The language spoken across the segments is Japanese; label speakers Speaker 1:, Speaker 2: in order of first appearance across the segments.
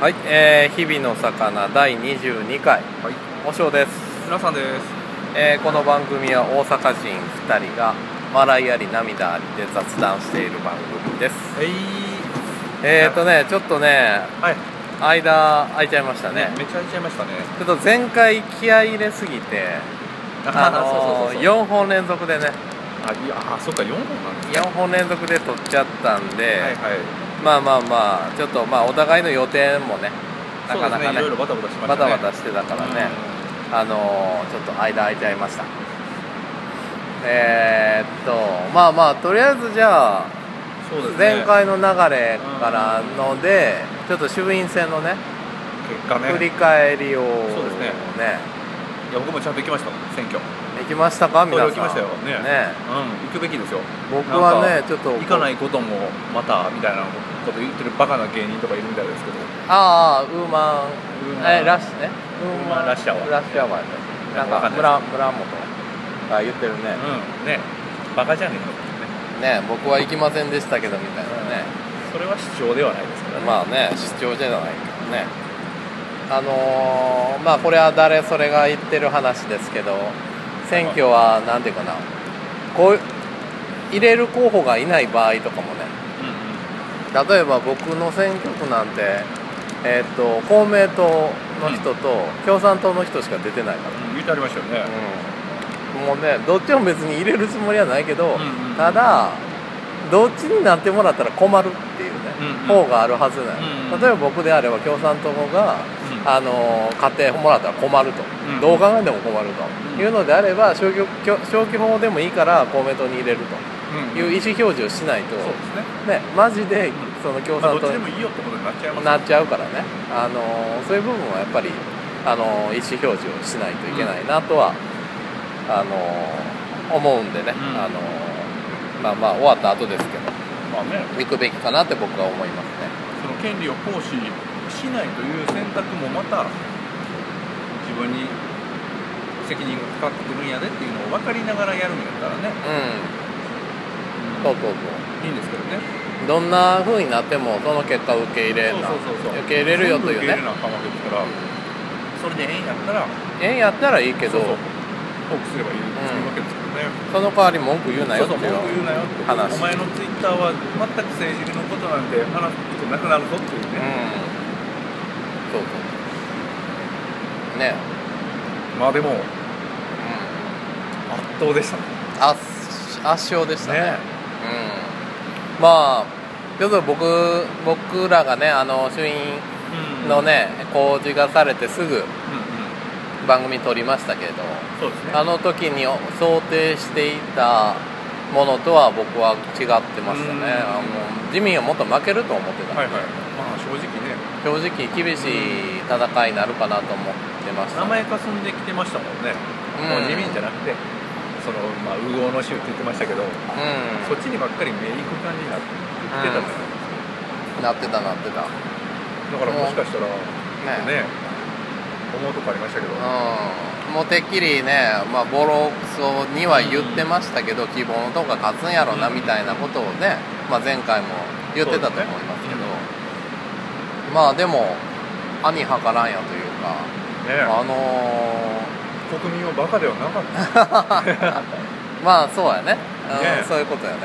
Speaker 1: はい、えー日々の魚第22回
Speaker 2: はい、
Speaker 1: おしょうです、
Speaker 2: 皆さんです。
Speaker 1: えーこの番組は大阪人2人が笑いあり涙ありで雑談している番組です
Speaker 2: はい、
Speaker 1: えーとねちょっとね
Speaker 2: はい、
Speaker 1: 間空いちゃいましたね
Speaker 2: めっちゃいっちゃいましたね。
Speaker 1: ちょっと前回気合い入れすぎて あのー、
Speaker 2: よ、
Speaker 1: 4本連続でね
Speaker 2: あ、いや、あ、そっか、四本なんですね。
Speaker 1: 4本連続で撮っちゃったんで、
Speaker 2: はい、はい。
Speaker 1: まあまあまあちょっとまあお互いの予定もねなかな
Speaker 2: そうです
Speaker 1: かね
Speaker 2: ね、いろいろバタバタしましたね。
Speaker 1: バタバタしてたからね、あのーちょっと間空いちゃいましたえー、っとまあまあとりあえずじゃあ、
Speaker 2: うん。そうですね。
Speaker 1: 前回の流れからのでちょっと衆院選のね
Speaker 2: 結果
Speaker 1: 振
Speaker 2: ね。
Speaker 1: り返りをね
Speaker 2: そうですねいや、僕もちゃんと行きましたもん。選挙。う
Speaker 1: できましたか皆さん
Speaker 2: 投票行きましたよねん、行くべきですよ。
Speaker 1: 僕は
Speaker 2: な
Speaker 1: ね
Speaker 2: ん
Speaker 1: ち
Speaker 2: か
Speaker 1: ょっと
Speaker 2: 行かないことも、またみたいなこと言ってるバカな芸人とかいるみたいですけど。
Speaker 1: ああウーマン
Speaker 2: ウ
Speaker 1: えラッ
Speaker 2: シ
Speaker 1: シュね
Speaker 2: ウーマンラッシュアワー
Speaker 1: ラッシュアワーねなんか村村本が言ってるね、
Speaker 2: うん、ね、バカじゃねえ
Speaker 1: ね
Speaker 2: の。
Speaker 1: 僕は行きませんでしたけどみたいなね、
Speaker 2: それは主張ではないですから
Speaker 1: ま
Speaker 2: ね。
Speaker 1: あね主張じゃないけどねあのーまあこれは誰それが言ってる話ですけど選挙は何ていうかなこう入れる候補がいない場合とかもね
Speaker 2: う
Speaker 1: 例えば僕の選挙区なんてえーっと公明党の人と共産党の人しか出てないから、
Speaker 2: ん、うん、うん、言ってありましたよね。
Speaker 1: うんもうねどっちも別に入れるつもりはないけど、
Speaker 2: うんうん
Speaker 1: ただどっちになってもらったら困るっていうね、
Speaker 2: うんう
Speaker 1: 方
Speaker 2: ん
Speaker 1: があるはずな
Speaker 2: うん
Speaker 1: の、
Speaker 2: うん
Speaker 1: 例えば僕であれば共産党が、
Speaker 2: うん
Speaker 1: あのー家庭もらったら困ると、
Speaker 2: うん
Speaker 1: どう考えても困ると、
Speaker 2: うん
Speaker 1: いうのであれば消去消去法でもいいから公明党に入れる
Speaker 2: うん
Speaker 1: という意思表示をしないと、
Speaker 2: そうです
Speaker 1: ね
Speaker 2: ね、
Speaker 1: マジで
Speaker 2: ん
Speaker 1: その共
Speaker 2: まあ、ど
Speaker 1: 産
Speaker 2: っ
Speaker 1: 党に
Speaker 2: ちでもいいよってことになっちゃいます
Speaker 1: なっちゃうからね、あのーそういう部分はやっぱり、あのー意思表示をしないといけないなとは、あのー思うんでね、
Speaker 2: うん
Speaker 1: あのーまあまあ終わった後ですけど
Speaker 2: まあね、
Speaker 1: 行くべきかなって僕は思いますね
Speaker 2: その権利を行使しないという選択もまた自分に責任がかかってくるんやでっていうのを分かりながらやるんやったらね、
Speaker 1: うんそうそうそ
Speaker 2: いいんですけどね
Speaker 1: うどんな風になってもその結果を受け入れな
Speaker 2: そうそうそうそう
Speaker 1: 受け入れるよという
Speaker 2: 全
Speaker 1: ね
Speaker 2: 部受け入れなあかんわけですからそれでええんやったら
Speaker 1: ええんやったらいいけど
Speaker 2: そう
Speaker 1: そ
Speaker 2: そう報告すればいいわけですけどね、
Speaker 1: の代わり文句言うなよって
Speaker 2: そうそう
Speaker 1: いう
Speaker 2: 文句言うなよって
Speaker 1: 話
Speaker 2: お前のツイッターは全く政治のことなんて話すことなくなるぞっていう
Speaker 1: うん
Speaker 2: ね、
Speaker 1: そうそうね
Speaker 2: まあでも
Speaker 1: うん
Speaker 2: 圧倒でしたね
Speaker 1: 圧圧勝でしたね
Speaker 2: ね
Speaker 1: うん、まあちょっと僕僕らがねあの衆院のね公示がされてすぐ
Speaker 2: うんうん
Speaker 1: 番組撮りましたけれど
Speaker 2: そうですね
Speaker 1: あの時に想定していたものとは僕は違ってました
Speaker 2: うん
Speaker 1: ねあの自民はもっと負けると思ってた、
Speaker 2: はいはいまあ正直ね
Speaker 1: 正直厳しい戦いになるかなと思ってました
Speaker 2: 名前かすんできてましたもんね、
Speaker 1: うん
Speaker 2: もう自民じゃなくてそのまあ右往の衆って言ってましたけど、そっちにばっかり目いく感じになってたじゃないです
Speaker 1: うんなってたなってたね
Speaker 2: かだからもしかしたらね思うとこありましたけど、うん
Speaker 1: うんもうてっきりね、まあ、ボロクソには言ってましたけど、希望のとこが勝つんやろなみたいなことをね、まあ、前回も言ってたと思いますけど、
Speaker 2: そうです
Speaker 1: まあでも兄はからんやというか、
Speaker 2: ね
Speaker 1: あの
Speaker 2: 国民はバカではなかった、
Speaker 1: ー まあそうやね、うん
Speaker 2: ね
Speaker 1: そういうことやね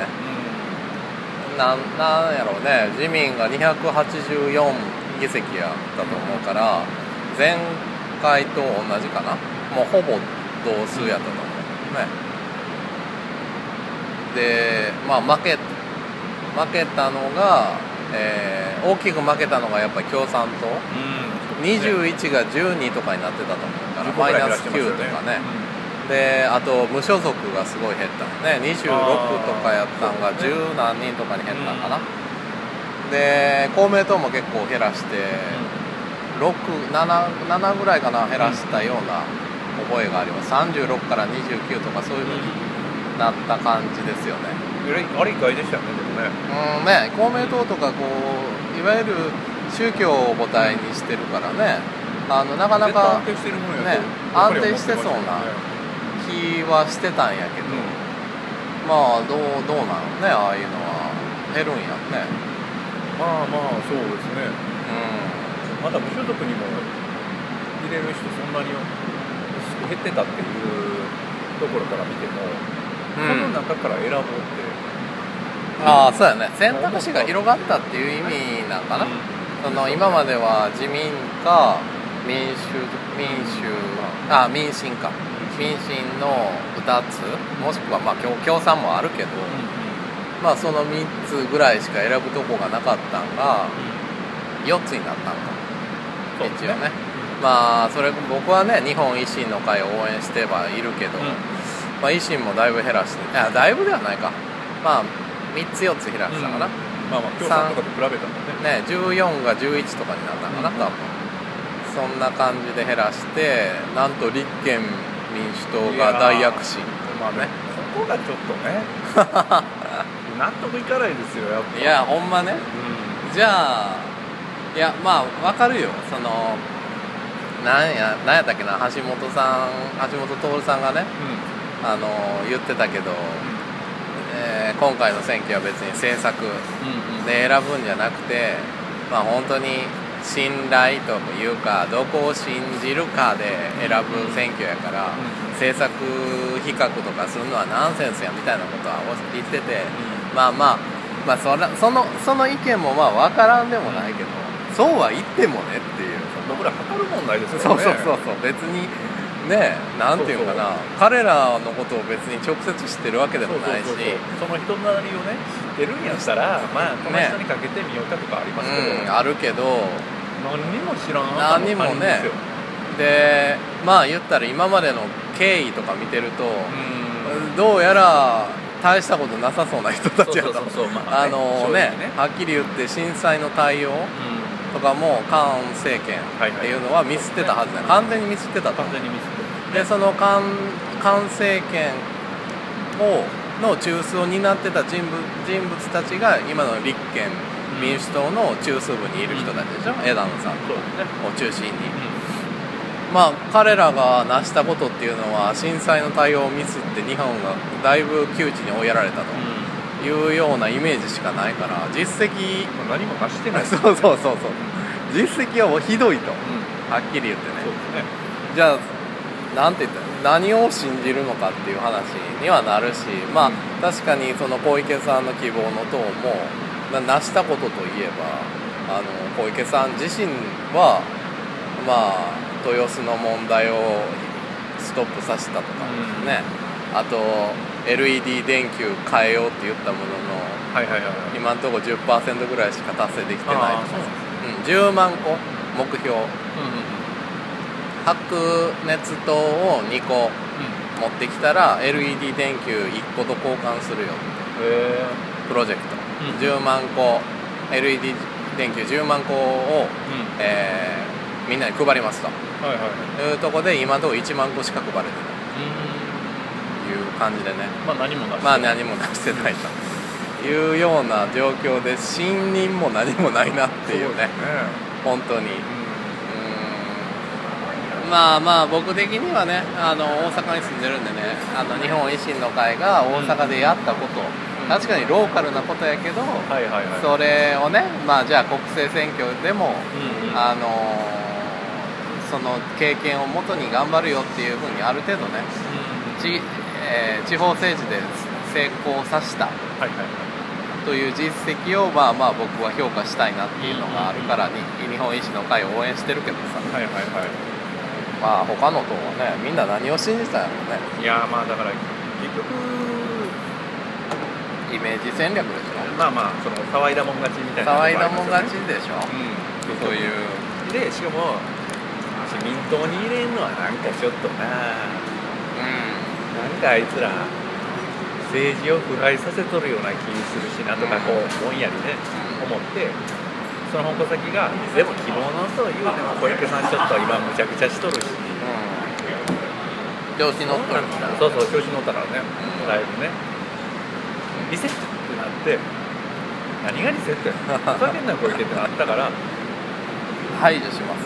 Speaker 1: なんなんやろうね自民が284議席やったと思うから前回と同じかなもうほぼ同数やったと思うねでまあ負け負けたのが、えー大きく負けたのがやっぱり共産党
Speaker 2: うん
Speaker 1: 21が12とかになってたと思うから、
Speaker 2: 10個
Speaker 1: マ
Speaker 2: ぐ
Speaker 1: イ
Speaker 2: ら
Speaker 1: ナ
Speaker 2: い減ら
Speaker 1: ス
Speaker 2: してますよ
Speaker 1: 9とかね、
Speaker 2: うん
Speaker 1: であと無所属がすごい減ったのね26とかやったんが
Speaker 2: あーそうですね
Speaker 1: 十何人とかに減ったんかな、で公明党も結構減らして67ぐらいかな減らしたような覚えがあります36から29とかそういうふうになった感じですよね
Speaker 2: えらいあれ意外でしたよねでもね
Speaker 1: うんね公明党とかこういわゆる宗教を母体にしてるからねあのなかな
Speaker 2: 絶対
Speaker 1: か
Speaker 2: 安定してるものやと
Speaker 1: ね
Speaker 2: やっぱり思って
Speaker 1: 安定して
Speaker 2: ます
Speaker 1: そう
Speaker 2: よね
Speaker 1: な気はしてたんやけど
Speaker 2: うん
Speaker 1: まあどうどうなのねああいうのは減るんやね
Speaker 2: まあまあそうですね
Speaker 1: う
Speaker 2: まだ無所属にも入れる人そんなに減ってたっていうところから見ても、
Speaker 1: う
Speaker 2: この
Speaker 1: ん、
Speaker 2: 中から選ぼうって、
Speaker 1: ああそうやね選択肢が広がったっていう意味なんかな、
Speaker 2: うん
Speaker 1: その今までは自民か民主民主あ民進か民進の2つもしくはまあ共共産もあるけど、まあその3つぐらいしか選ぶとこがなかったんが4つになったんか
Speaker 2: そう
Speaker 1: 一応ねまあそれ僕はね日本維新の会を応援してはいるけど、まあ、維新もだいぶ減らしてあだいぶではないかまあ3つ4つ減らしたかな、
Speaker 2: まあまあ共産とかと比べたらね
Speaker 1: ね14が11とかになったのかな、
Speaker 2: うん
Speaker 1: 多分そんな感じで減らしてなんと立憲民主党が大躍進
Speaker 2: まあねそこがちょっと ね納得いかないですよやっぱ
Speaker 1: いやほんまね
Speaker 2: う
Speaker 1: じゃあいやまあわかるよそのなんやなんやったっけな橋本さん橋本徹さんがね
Speaker 2: ん、うん
Speaker 1: あの言ってたけど、えー今回の選挙は別に政策
Speaker 2: うん
Speaker 1: で選ぶんじゃなくてまあ本当に信頼というかどこを信じるかで選ぶ選挙やから、政策比較とかするのはナンセンスやみたいなことは言っててまあまあまあそらそのその意見もまあ分からんでもないけど、そうは言ってもねっていう
Speaker 2: 僕ら測る問題です
Speaker 1: そ
Speaker 2: よ
Speaker 1: う
Speaker 2: ね
Speaker 1: そうそうそう別にねなんていうんかな彼らのことを別に直接知ってるわけでもないし
Speaker 2: そうそうそうその人なりをね知ってるんやったらまあこの人にかけてみようかとかありますけ
Speaker 1: う
Speaker 2: ど、
Speaker 1: んあるけど
Speaker 2: 何にも知らん
Speaker 1: 何にもね
Speaker 2: ですよ
Speaker 1: でまあ言ったら今までの経緯とか見てると、
Speaker 2: うん
Speaker 1: どうやら大したことなさそうな人たちやと
Speaker 2: そうそうそうまあ
Speaker 1: あ
Speaker 2: ね
Speaker 1: のね
Speaker 2: 正直ね
Speaker 1: はっきり言って震災の対応
Speaker 2: うん
Speaker 1: とかもカーン政権っていうのはミスってたはずだ、完全にミスってたと
Speaker 2: 完全にミスって
Speaker 1: でそのカーンカーン政権をの中枢を担ってた人物人物たちが今の立憲民主党の中枢部にいる人たちでしょ、枝野さん
Speaker 2: そうですね
Speaker 1: を中心にまあ彼らが成したことっていうのは震災の対応をミスって日本がだいぶ窮地に追いやられたというようなイメージしかないから実績
Speaker 2: うん何も貸してない
Speaker 1: そう
Speaker 2: う
Speaker 1: そうそうそう実績はもうひどいと
Speaker 2: ん
Speaker 1: はっきり言って
Speaker 2: そう
Speaker 1: ね
Speaker 2: ですね
Speaker 1: じゃあなんて言ったら何を信じるのかっていう話にはなるしまあ確かにその小池さんの希望の党もな成したことといえばあの小池さん自身はまあ豊洲の問題をストップさせたとか
Speaker 2: うん
Speaker 1: ね、あと LED 電球変えようって言ったものの
Speaker 2: はいはいはいはい
Speaker 1: 今のところ10%ぐらいしか達成できてないと
Speaker 2: あ
Speaker 1: か
Speaker 2: あそうなんですね
Speaker 1: うん、10万個目標
Speaker 2: うんうん
Speaker 1: 白熱灯を2個
Speaker 2: うん
Speaker 1: 持ってきたら LED 電球1個と交換するよ
Speaker 2: へ
Speaker 1: プロジェクト、
Speaker 2: うん
Speaker 1: 10万個 LED 電球10万個を、
Speaker 2: えうん
Speaker 1: えーみんなに配りますと
Speaker 2: はいはい
Speaker 1: いうとこで今のところ1万個しか配れてない
Speaker 2: う
Speaker 1: という感じでね
Speaker 2: んまあ何もなし
Speaker 1: まあ何も出してないというような状況で信任も何もないなっていうね本当にうんまあまあ僕的にはねあの大阪に住んでるんでねあの日本維新の会が大阪でやったこと、
Speaker 2: ん
Speaker 1: 確かにローカルなことやけど、
Speaker 2: はいはいはい
Speaker 1: それをねまあじゃあ国政選挙でも、
Speaker 2: うんうん
Speaker 1: あのーその経験をもとに頑張るよっていうふうにある程度ねち、えー地方政治で成功させた
Speaker 2: はいはい
Speaker 1: という実績をまあまあ僕は評価したいなっていうのがあるからに、日本維新の会を応援してるけどさ、
Speaker 2: はいはいはい
Speaker 1: まあ他の党はねみんな何を信じたんやろう
Speaker 2: いやーまあだから結局
Speaker 1: ねイメージ戦略でし
Speaker 2: まあまあその騒いだもん勝ちみた
Speaker 1: ょ
Speaker 2: いな
Speaker 1: 騒いだもん勝ち
Speaker 2: ち
Speaker 1: でしょ、
Speaker 2: うん
Speaker 1: そういう
Speaker 2: でしかも自民党に入れんのはなんかちょっと
Speaker 1: う
Speaker 2: ななんかあいつら政治を腐敗させとるような気するしなとかこうぼんやりね思ってその矛先がでも希望の人を言うても小池さんちょっと今むちゃくちゃしとる
Speaker 1: ん
Speaker 2: し
Speaker 1: 調子乗っとるみたいな
Speaker 2: そうそう調子乗ったから
Speaker 1: うん
Speaker 2: ねだいぶねリセットってなって何がリセットやふざけんな小池ってなったから、うん、
Speaker 1: 排除します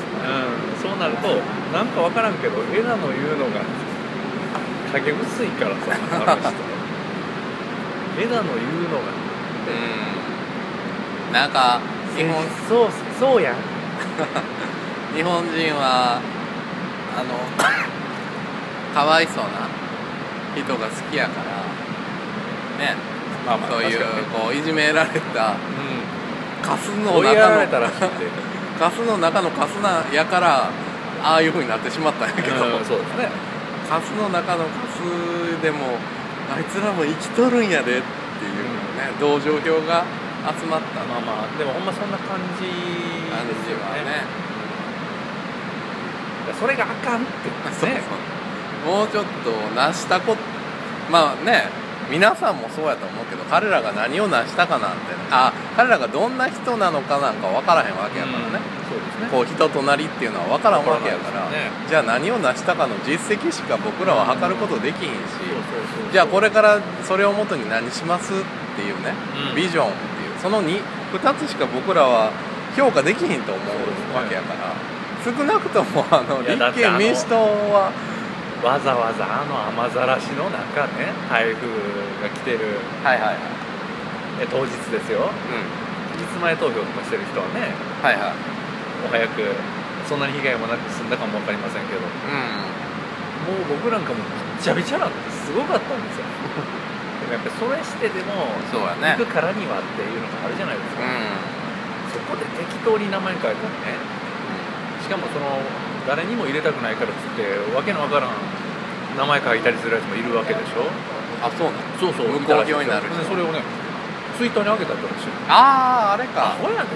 Speaker 2: そうなるとなんか分からんけど枝の言うのが影薄いからさあの人枝の言うのが
Speaker 1: うんなんか日本
Speaker 2: そうそうやん
Speaker 1: 日本人はあの かわいそうな人が好きやからね
Speaker 2: まあまあ
Speaker 1: そういう
Speaker 2: 確かにね
Speaker 1: こういじめられたカス
Speaker 2: うん、追
Speaker 1: の
Speaker 2: いや
Speaker 1: 中
Speaker 2: ら
Speaker 1: の
Speaker 2: れたらって、
Speaker 1: カスの中のカスなんやからああいう風になってしまったんやけど、
Speaker 2: うん、そうですね
Speaker 1: カスの中のカスでもあいつらも生きとるんやでっていうね、同情票が集まった
Speaker 2: まあまあでもほんまそんな感じ
Speaker 1: 感じはね
Speaker 2: それがあかんって
Speaker 1: そうそうもうちょっと成したことまあね皆さんもそうやと思うけど彼らが何を成したかなんてあ彼らがどんな人なのかなんか分からへんわけやからね、
Speaker 2: そうですね
Speaker 1: こう人となりっていうのは分からんわけやから
Speaker 2: わからないですね
Speaker 1: じゃあ何を成したかの実績しか僕らは測ることできひんし、
Speaker 2: そうそうそう
Speaker 1: じゃあこれからそれをもとに何しますっていうね、
Speaker 2: うん
Speaker 1: ビジョンっていうその 2, 2つしか僕らは評価できひんと思
Speaker 2: そうです
Speaker 1: う
Speaker 2: ね
Speaker 1: わけやから、少なくともあの
Speaker 2: いや
Speaker 1: 立
Speaker 2: だってあ
Speaker 1: 憲
Speaker 2: の
Speaker 1: 民主党は
Speaker 2: わざわざあの雨ざらしの中ね台風が来てる
Speaker 1: はいはいはい、
Speaker 2: え当日ですよ
Speaker 1: う
Speaker 2: 期日前投票とかしてる人は
Speaker 1: ん、
Speaker 2: ね
Speaker 1: はいはい
Speaker 2: もう早くそんなに被害もなく済んだかも分かりませんけどもう僕なんかもうびっちゃびちゃなんてすごかったんですよ でもやっぱりそれしてで
Speaker 1: う
Speaker 2: も
Speaker 1: んそうやね
Speaker 2: 行くからにはっていうのがあるじゃないです
Speaker 1: う
Speaker 2: か、
Speaker 1: ん
Speaker 2: そこで適当に名前変えたのねしかもその誰にも入れたくないからっつってわけのわからん名前書いたりするやつもいるわけでしょ
Speaker 1: あそうなの
Speaker 2: そうそう
Speaker 1: 無効票になる人
Speaker 2: それをねツイッターに上げたって私
Speaker 1: あああれ
Speaker 2: ア
Speaker 1: か
Speaker 2: ホやで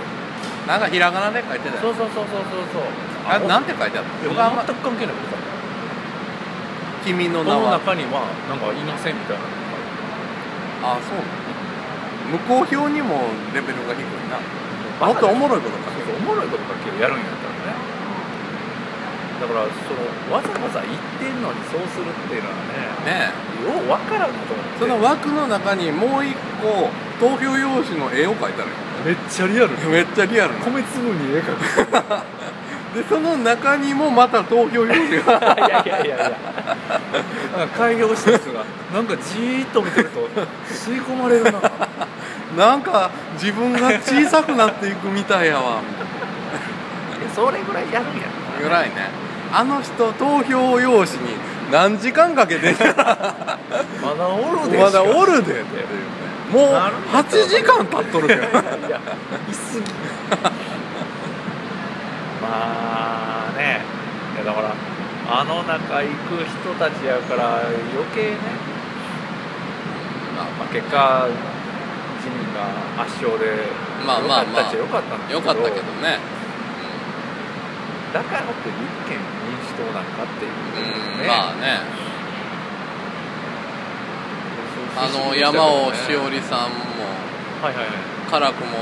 Speaker 1: なんかひらがなで書いてたよ
Speaker 2: そうそうそうそうそうそう
Speaker 1: あ
Speaker 2: アホ
Speaker 1: なんて書いてあった
Speaker 2: いや
Speaker 1: 僕はあんま
Speaker 2: 全く関係ないことだ
Speaker 1: 君の
Speaker 2: こ
Speaker 1: 名
Speaker 2: の
Speaker 1: は
Speaker 2: 中にはなんかいませんみたいな
Speaker 1: あそうなの無効票にもレベルが低いなもっとおもろいこと書
Speaker 2: そう
Speaker 1: け
Speaker 2: そうおもろいことだけやるんやったらねだからそのわざわざ言ってんのにそうするっていうのは
Speaker 1: ね
Speaker 2: ね
Speaker 1: え
Speaker 2: ようわからんなと思って
Speaker 1: その枠の中にもう一個投票用紙の絵を描いた の
Speaker 2: めっちゃリアル
Speaker 1: よめっちゃリアルな
Speaker 2: 米粒に絵描く
Speaker 1: でその中にもまた投票用紙 が
Speaker 2: いやいやいやいやなんか開業した人がなんかじーっと見てると吸い込まれるな
Speaker 1: なんか自分が小さくなっていくみたいやわ
Speaker 2: それぐらいやるんや
Speaker 1: ぐらいねあの人投票用紙に何時間かけて
Speaker 2: まだおるでしょ
Speaker 1: まだおるでっていうねもう
Speaker 2: なるんだ
Speaker 1: 8
Speaker 2: ったら
Speaker 1: 時間経っとる
Speaker 2: い
Speaker 1: け
Speaker 2: や い
Speaker 1: ど
Speaker 2: やいやいすぎまあねいやだからあの中行く人たちやから余計ね、
Speaker 1: まあ
Speaker 2: まあ、結果自民が圧勝で
Speaker 1: まあまあまあ
Speaker 2: よかったっちゃよかったんだけど
Speaker 1: よかったけどね
Speaker 2: だからって立憲民主党なんかっていう
Speaker 1: うん、
Speaker 2: ね、
Speaker 1: まあねあの山尾しおりさんも
Speaker 2: はいはいはい
Speaker 1: 辛くも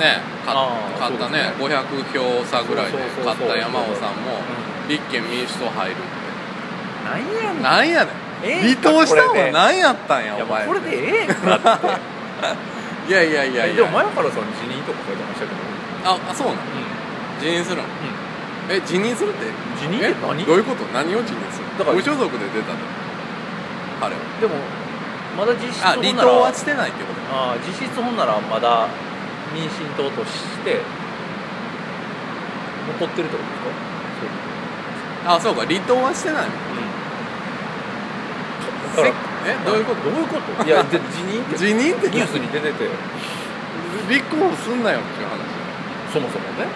Speaker 1: ね勝
Speaker 2: あー
Speaker 1: 勝ったね
Speaker 2: そ
Speaker 1: 500票差ぐらいで
Speaker 2: そうそうそ
Speaker 1: 勝
Speaker 2: うそう
Speaker 1: った山尾さんも
Speaker 2: う
Speaker 1: 立憲民主党入るっ
Speaker 2: んなんやね
Speaker 1: てなんやねん
Speaker 2: んええ
Speaker 1: 離党したの
Speaker 2: これ
Speaker 1: は
Speaker 2: で
Speaker 1: 何やったんや
Speaker 2: いや
Speaker 1: お
Speaker 2: もう
Speaker 1: 前
Speaker 2: これでええなって
Speaker 1: いやいやいや
Speaker 2: え
Speaker 1: い
Speaker 2: でも
Speaker 1: や
Speaker 2: 前原さん辞任とか書いてましたけど、
Speaker 1: ああそうなの辞任するのえ辞任するって
Speaker 2: 辞任
Speaker 1: え
Speaker 2: って何
Speaker 1: どういうこと何を辞任する
Speaker 2: だから
Speaker 1: 無所属で出たの彼は
Speaker 2: でもまだ実質
Speaker 1: あ
Speaker 2: ほん
Speaker 1: 離
Speaker 2: なら
Speaker 1: 党はしてないってこと
Speaker 2: ああ実質ほんならまだ民進党として残ってるってことですか
Speaker 1: あそうか離党はしてないの
Speaker 2: そう、
Speaker 1: せ
Speaker 2: だか
Speaker 1: え
Speaker 2: ら
Speaker 1: どういうこ
Speaker 2: どういうこといやで辞任
Speaker 1: と
Speaker 2: っ
Speaker 1: 辞任ってて
Speaker 2: ニュースに出てて
Speaker 1: 立候補すんなよっていう話
Speaker 2: そもそもね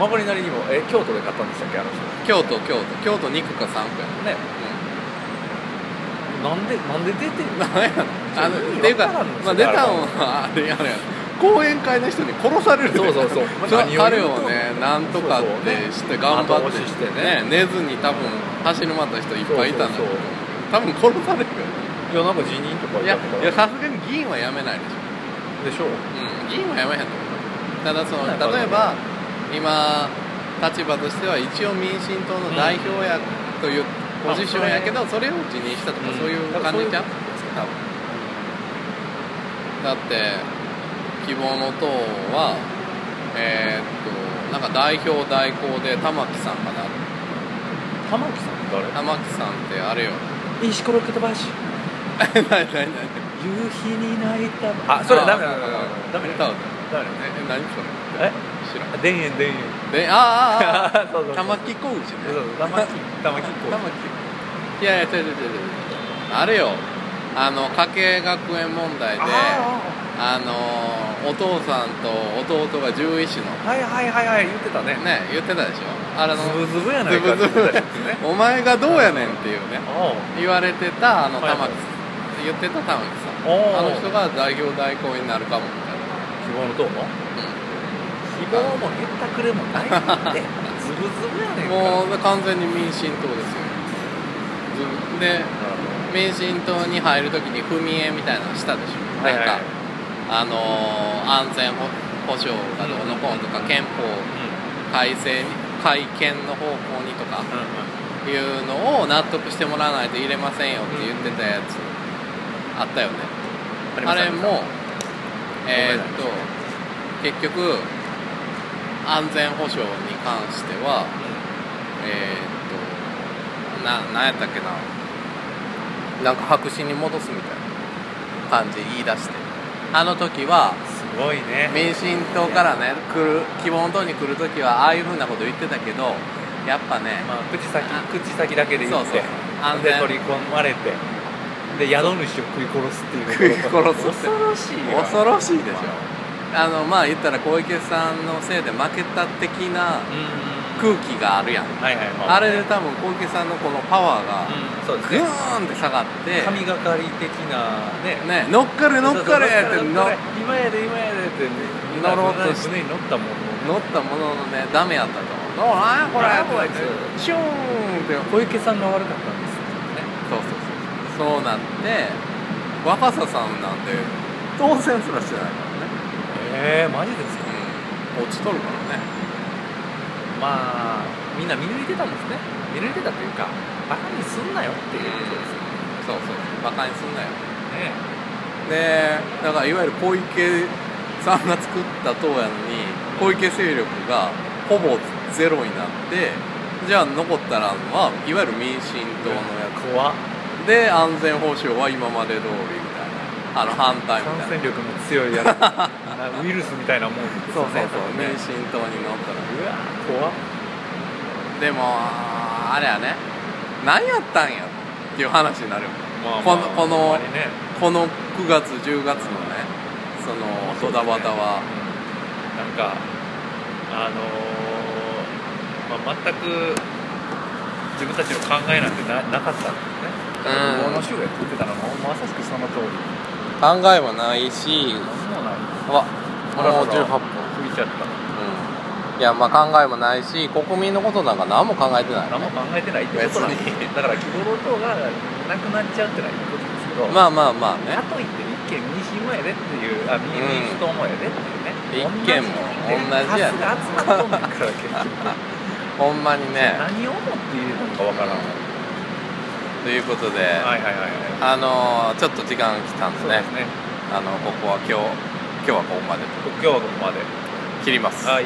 Speaker 2: 曲がりなりにもえ京都で買ったんでしたっけあの人
Speaker 1: 京都京都京都2区か3区や
Speaker 2: ね
Speaker 1: うん
Speaker 2: なんでなんで出てんの
Speaker 1: なんやのあの
Speaker 2: 意味
Speaker 1: っていうか、
Speaker 2: わからんの
Speaker 1: まあ、出たんはあれやろや講演会の人に殺される
Speaker 2: そうそうそう
Speaker 1: ちょ
Speaker 2: 何を言う
Speaker 1: 彼をねなんとかっ
Speaker 2: そうそう
Speaker 1: て
Speaker 2: ね
Speaker 1: して頑張
Speaker 2: 後
Speaker 1: っ
Speaker 2: 押しして
Speaker 1: て
Speaker 2: ね
Speaker 1: ね寝ずに多分走り回った人いっぱいいたんだけど
Speaker 2: そうそう
Speaker 1: 多分殺されるよ
Speaker 2: いやなんか辞任とか
Speaker 1: い
Speaker 2: 言
Speaker 1: や
Speaker 2: ったから
Speaker 1: いやさすがに議員は辞めないでしょ、
Speaker 2: でしょう
Speaker 1: うん、議員は辞めへんと思うただその
Speaker 2: なんか
Speaker 1: 例えば今立場としては一応民進党の代表やというポジションやけど、それを辞任したとか、
Speaker 2: うん
Speaker 1: そういう感じちゃう多分だって希望の党はえーっとなんか代表代行で玉木さんかな
Speaker 2: 玉木さんって誰
Speaker 1: 玉木さんってあれよ
Speaker 2: 石ころけ飛ばし
Speaker 1: 何何何
Speaker 2: 夕日に泣いたあ
Speaker 1: そ
Speaker 2: そ
Speaker 1: れ
Speaker 2: れ
Speaker 1: ダ
Speaker 2: ダ
Speaker 1: メ
Speaker 2: メ
Speaker 1: だ
Speaker 2: だ
Speaker 1: ダ
Speaker 2: ダ
Speaker 1: メ
Speaker 2: メ
Speaker 1: だ
Speaker 2: だ
Speaker 1: ダ
Speaker 2: ダ
Speaker 1: メ
Speaker 2: メ
Speaker 1: だえ
Speaker 2: だ
Speaker 1: 何それ
Speaker 2: え
Speaker 1: 知らん
Speaker 2: 田園田園
Speaker 1: であーあ
Speaker 2: そうそうそ
Speaker 1: ー
Speaker 2: う
Speaker 1: 玉木小口ね
Speaker 2: そうそう玉木 玉木
Speaker 1: 玉木いやいや違う違う違う違うあれよあの加計学園問題であ
Speaker 2: あ
Speaker 1: のお父さんと弟が獣医師の
Speaker 2: あはいはいはいはい言ってたね
Speaker 1: ね言ってたでしょあれの
Speaker 2: ズブズブやないかって言ってたやつね
Speaker 1: お前がどうやねんっていうね
Speaker 2: おう
Speaker 1: 言われてたあの
Speaker 2: はい
Speaker 1: 玉
Speaker 2: はい
Speaker 1: 木言ってた玉木さん
Speaker 2: おう
Speaker 1: あの人が代表代行になるかもみたいな
Speaker 2: 希望の塔も希望もへったくれもない ってズブズブやねんから
Speaker 1: もう完全に民進党ですよずで民進党に入るときに踏み絵みたいなのしたでしょ、
Speaker 2: はいはい
Speaker 1: なんかあのー安全保保障がどうのこうのとか憲法改正に改憲の方向にとか
Speaker 2: うんうん
Speaker 1: いうのを納得してもらわないと入れませんよって言ってたやつあったよねあれもえーっと結局安全保障に関してはえーっとななんやったっけななんか白紙に戻すみたいな感じ言い出してあの時は
Speaker 2: すごいね
Speaker 1: 民進党からね来る希望の党に来る時はああいうふうなこと言ってたけどやっぱね
Speaker 2: まあ口先口先だけで言って
Speaker 1: そうそう安
Speaker 2: で
Speaker 1: 全
Speaker 2: 取り込まれてで宿主を食い殺すっていう
Speaker 1: 食い殺すって
Speaker 2: 恐ろしいわ
Speaker 1: 恐ろしいでしょあのまあ言ったら小池さんのせいで負けた的な
Speaker 2: うん
Speaker 1: 空気があるやん
Speaker 2: はいはいま
Speaker 1: あれで多分小池さんのこのパワーが
Speaker 2: うんそうです
Speaker 1: グ
Speaker 2: ね
Speaker 1: ーンって下がって
Speaker 2: 神がかり的なね
Speaker 1: ね乗っかれ乗っかれっての
Speaker 2: 乗っかれ今やで今やでって
Speaker 1: 乗ろうとして
Speaker 2: 船に乗ったもん
Speaker 1: 乗ったもののねダメやったと思う「ああこれ」っ
Speaker 2: あー
Speaker 1: てなって
Speaker 2: こい
Speaker 1: シューンって
Speaker 2: 小池さんが悪かったんですね
Speaker 1: そうそうそうそうなって若狭さんなんて当選すらしてないからね、
Speaker 2: ええマジですか
Speaker 1: うん、落ちとるからね
Speaker 2: まあみんな見抜いてたんですね見抜いてたというかバカにすんなよっていうことです
Speaker 1: そ
Speaker 2: よ
Speaker 1: うそうバカにすんなよ
Speaker 2: ね
Speaker 1: でだからいわゆる小池さんが作った党やのに小池勢力がほぼゼロになってじゃあ残ったらはいわゆる民進党のや
Speaker 2: 怖っ
Speaker 1: つで安全保障は今まで通りみたいなあの反対みたいな
Speaker 2: 感染力の強いやつなウイルスみたいなもんです
Speaker 1: そう
Speaker 2: よ
Speaker 1: そう
Speaker 2: ね
Speaker 1: そう
Speaker 2: 多分
Speaker 1: 民
Speaker 2: ね
Speaker 1: 進党に乗ったら
Speaker 2: うわ怖っ
Speaker 1: でもあれやね何やったんやっていう話になるよ
Speaker 2: まあ
Speaker 1: このこの
Speaker 2: あんまりね
Speaker 1: この9月10月のねそのドタバタは
Speaker 2: なんかあのーまあ、全く自分たちの考えなんてななかったんですね
Speaker 1: うん
Speaker 2: この週がやってたらもうまさしくその通り
Speaker 1: 考えもないし
Speaker 2: 何もない
Speaker 1: わ
Speaker 2: あら
Speaker 1: もう
Speaker 2: あら
Speaker 1: 18分、
Speaker 2: 吹いちゃった
Speaker 1: うん、いやまあ考えもないし国民のことなんか何も考えてない
Speaker 2: 何も考えてないってことなんで
Speaker 1: 別に
Speaker 2: だから希望の党がなくなっちゃうってのはいいことですけど
Speaker 1: まあまあまあ
Speaker 2: か
Speaker 1: ね
Speaker 2: といって立憲民進もやでっていうあ民
Speaker 1: うん
Speaker 2: 民主党もやでっていうね、
Speaker 1: 立憲も同じやで
Speaker 2: ね数が集まっとんねんから結 局
Speaker 1: ほんまにね
Speaker 2: 何を思っているのかわからん、
Speaker 1: ということで、
Speaker 2: はいはいはいはい
Speaker 1: あのーちょっと時間来たんで
Speaker 2: そう
Speaker 1: ね
Speaker 2: ですね
Speaker 1: あのここは今日今日はここまでと
Speaker 2: 今日はここまで
Speaker 1: 切ります
Speaker 2: はい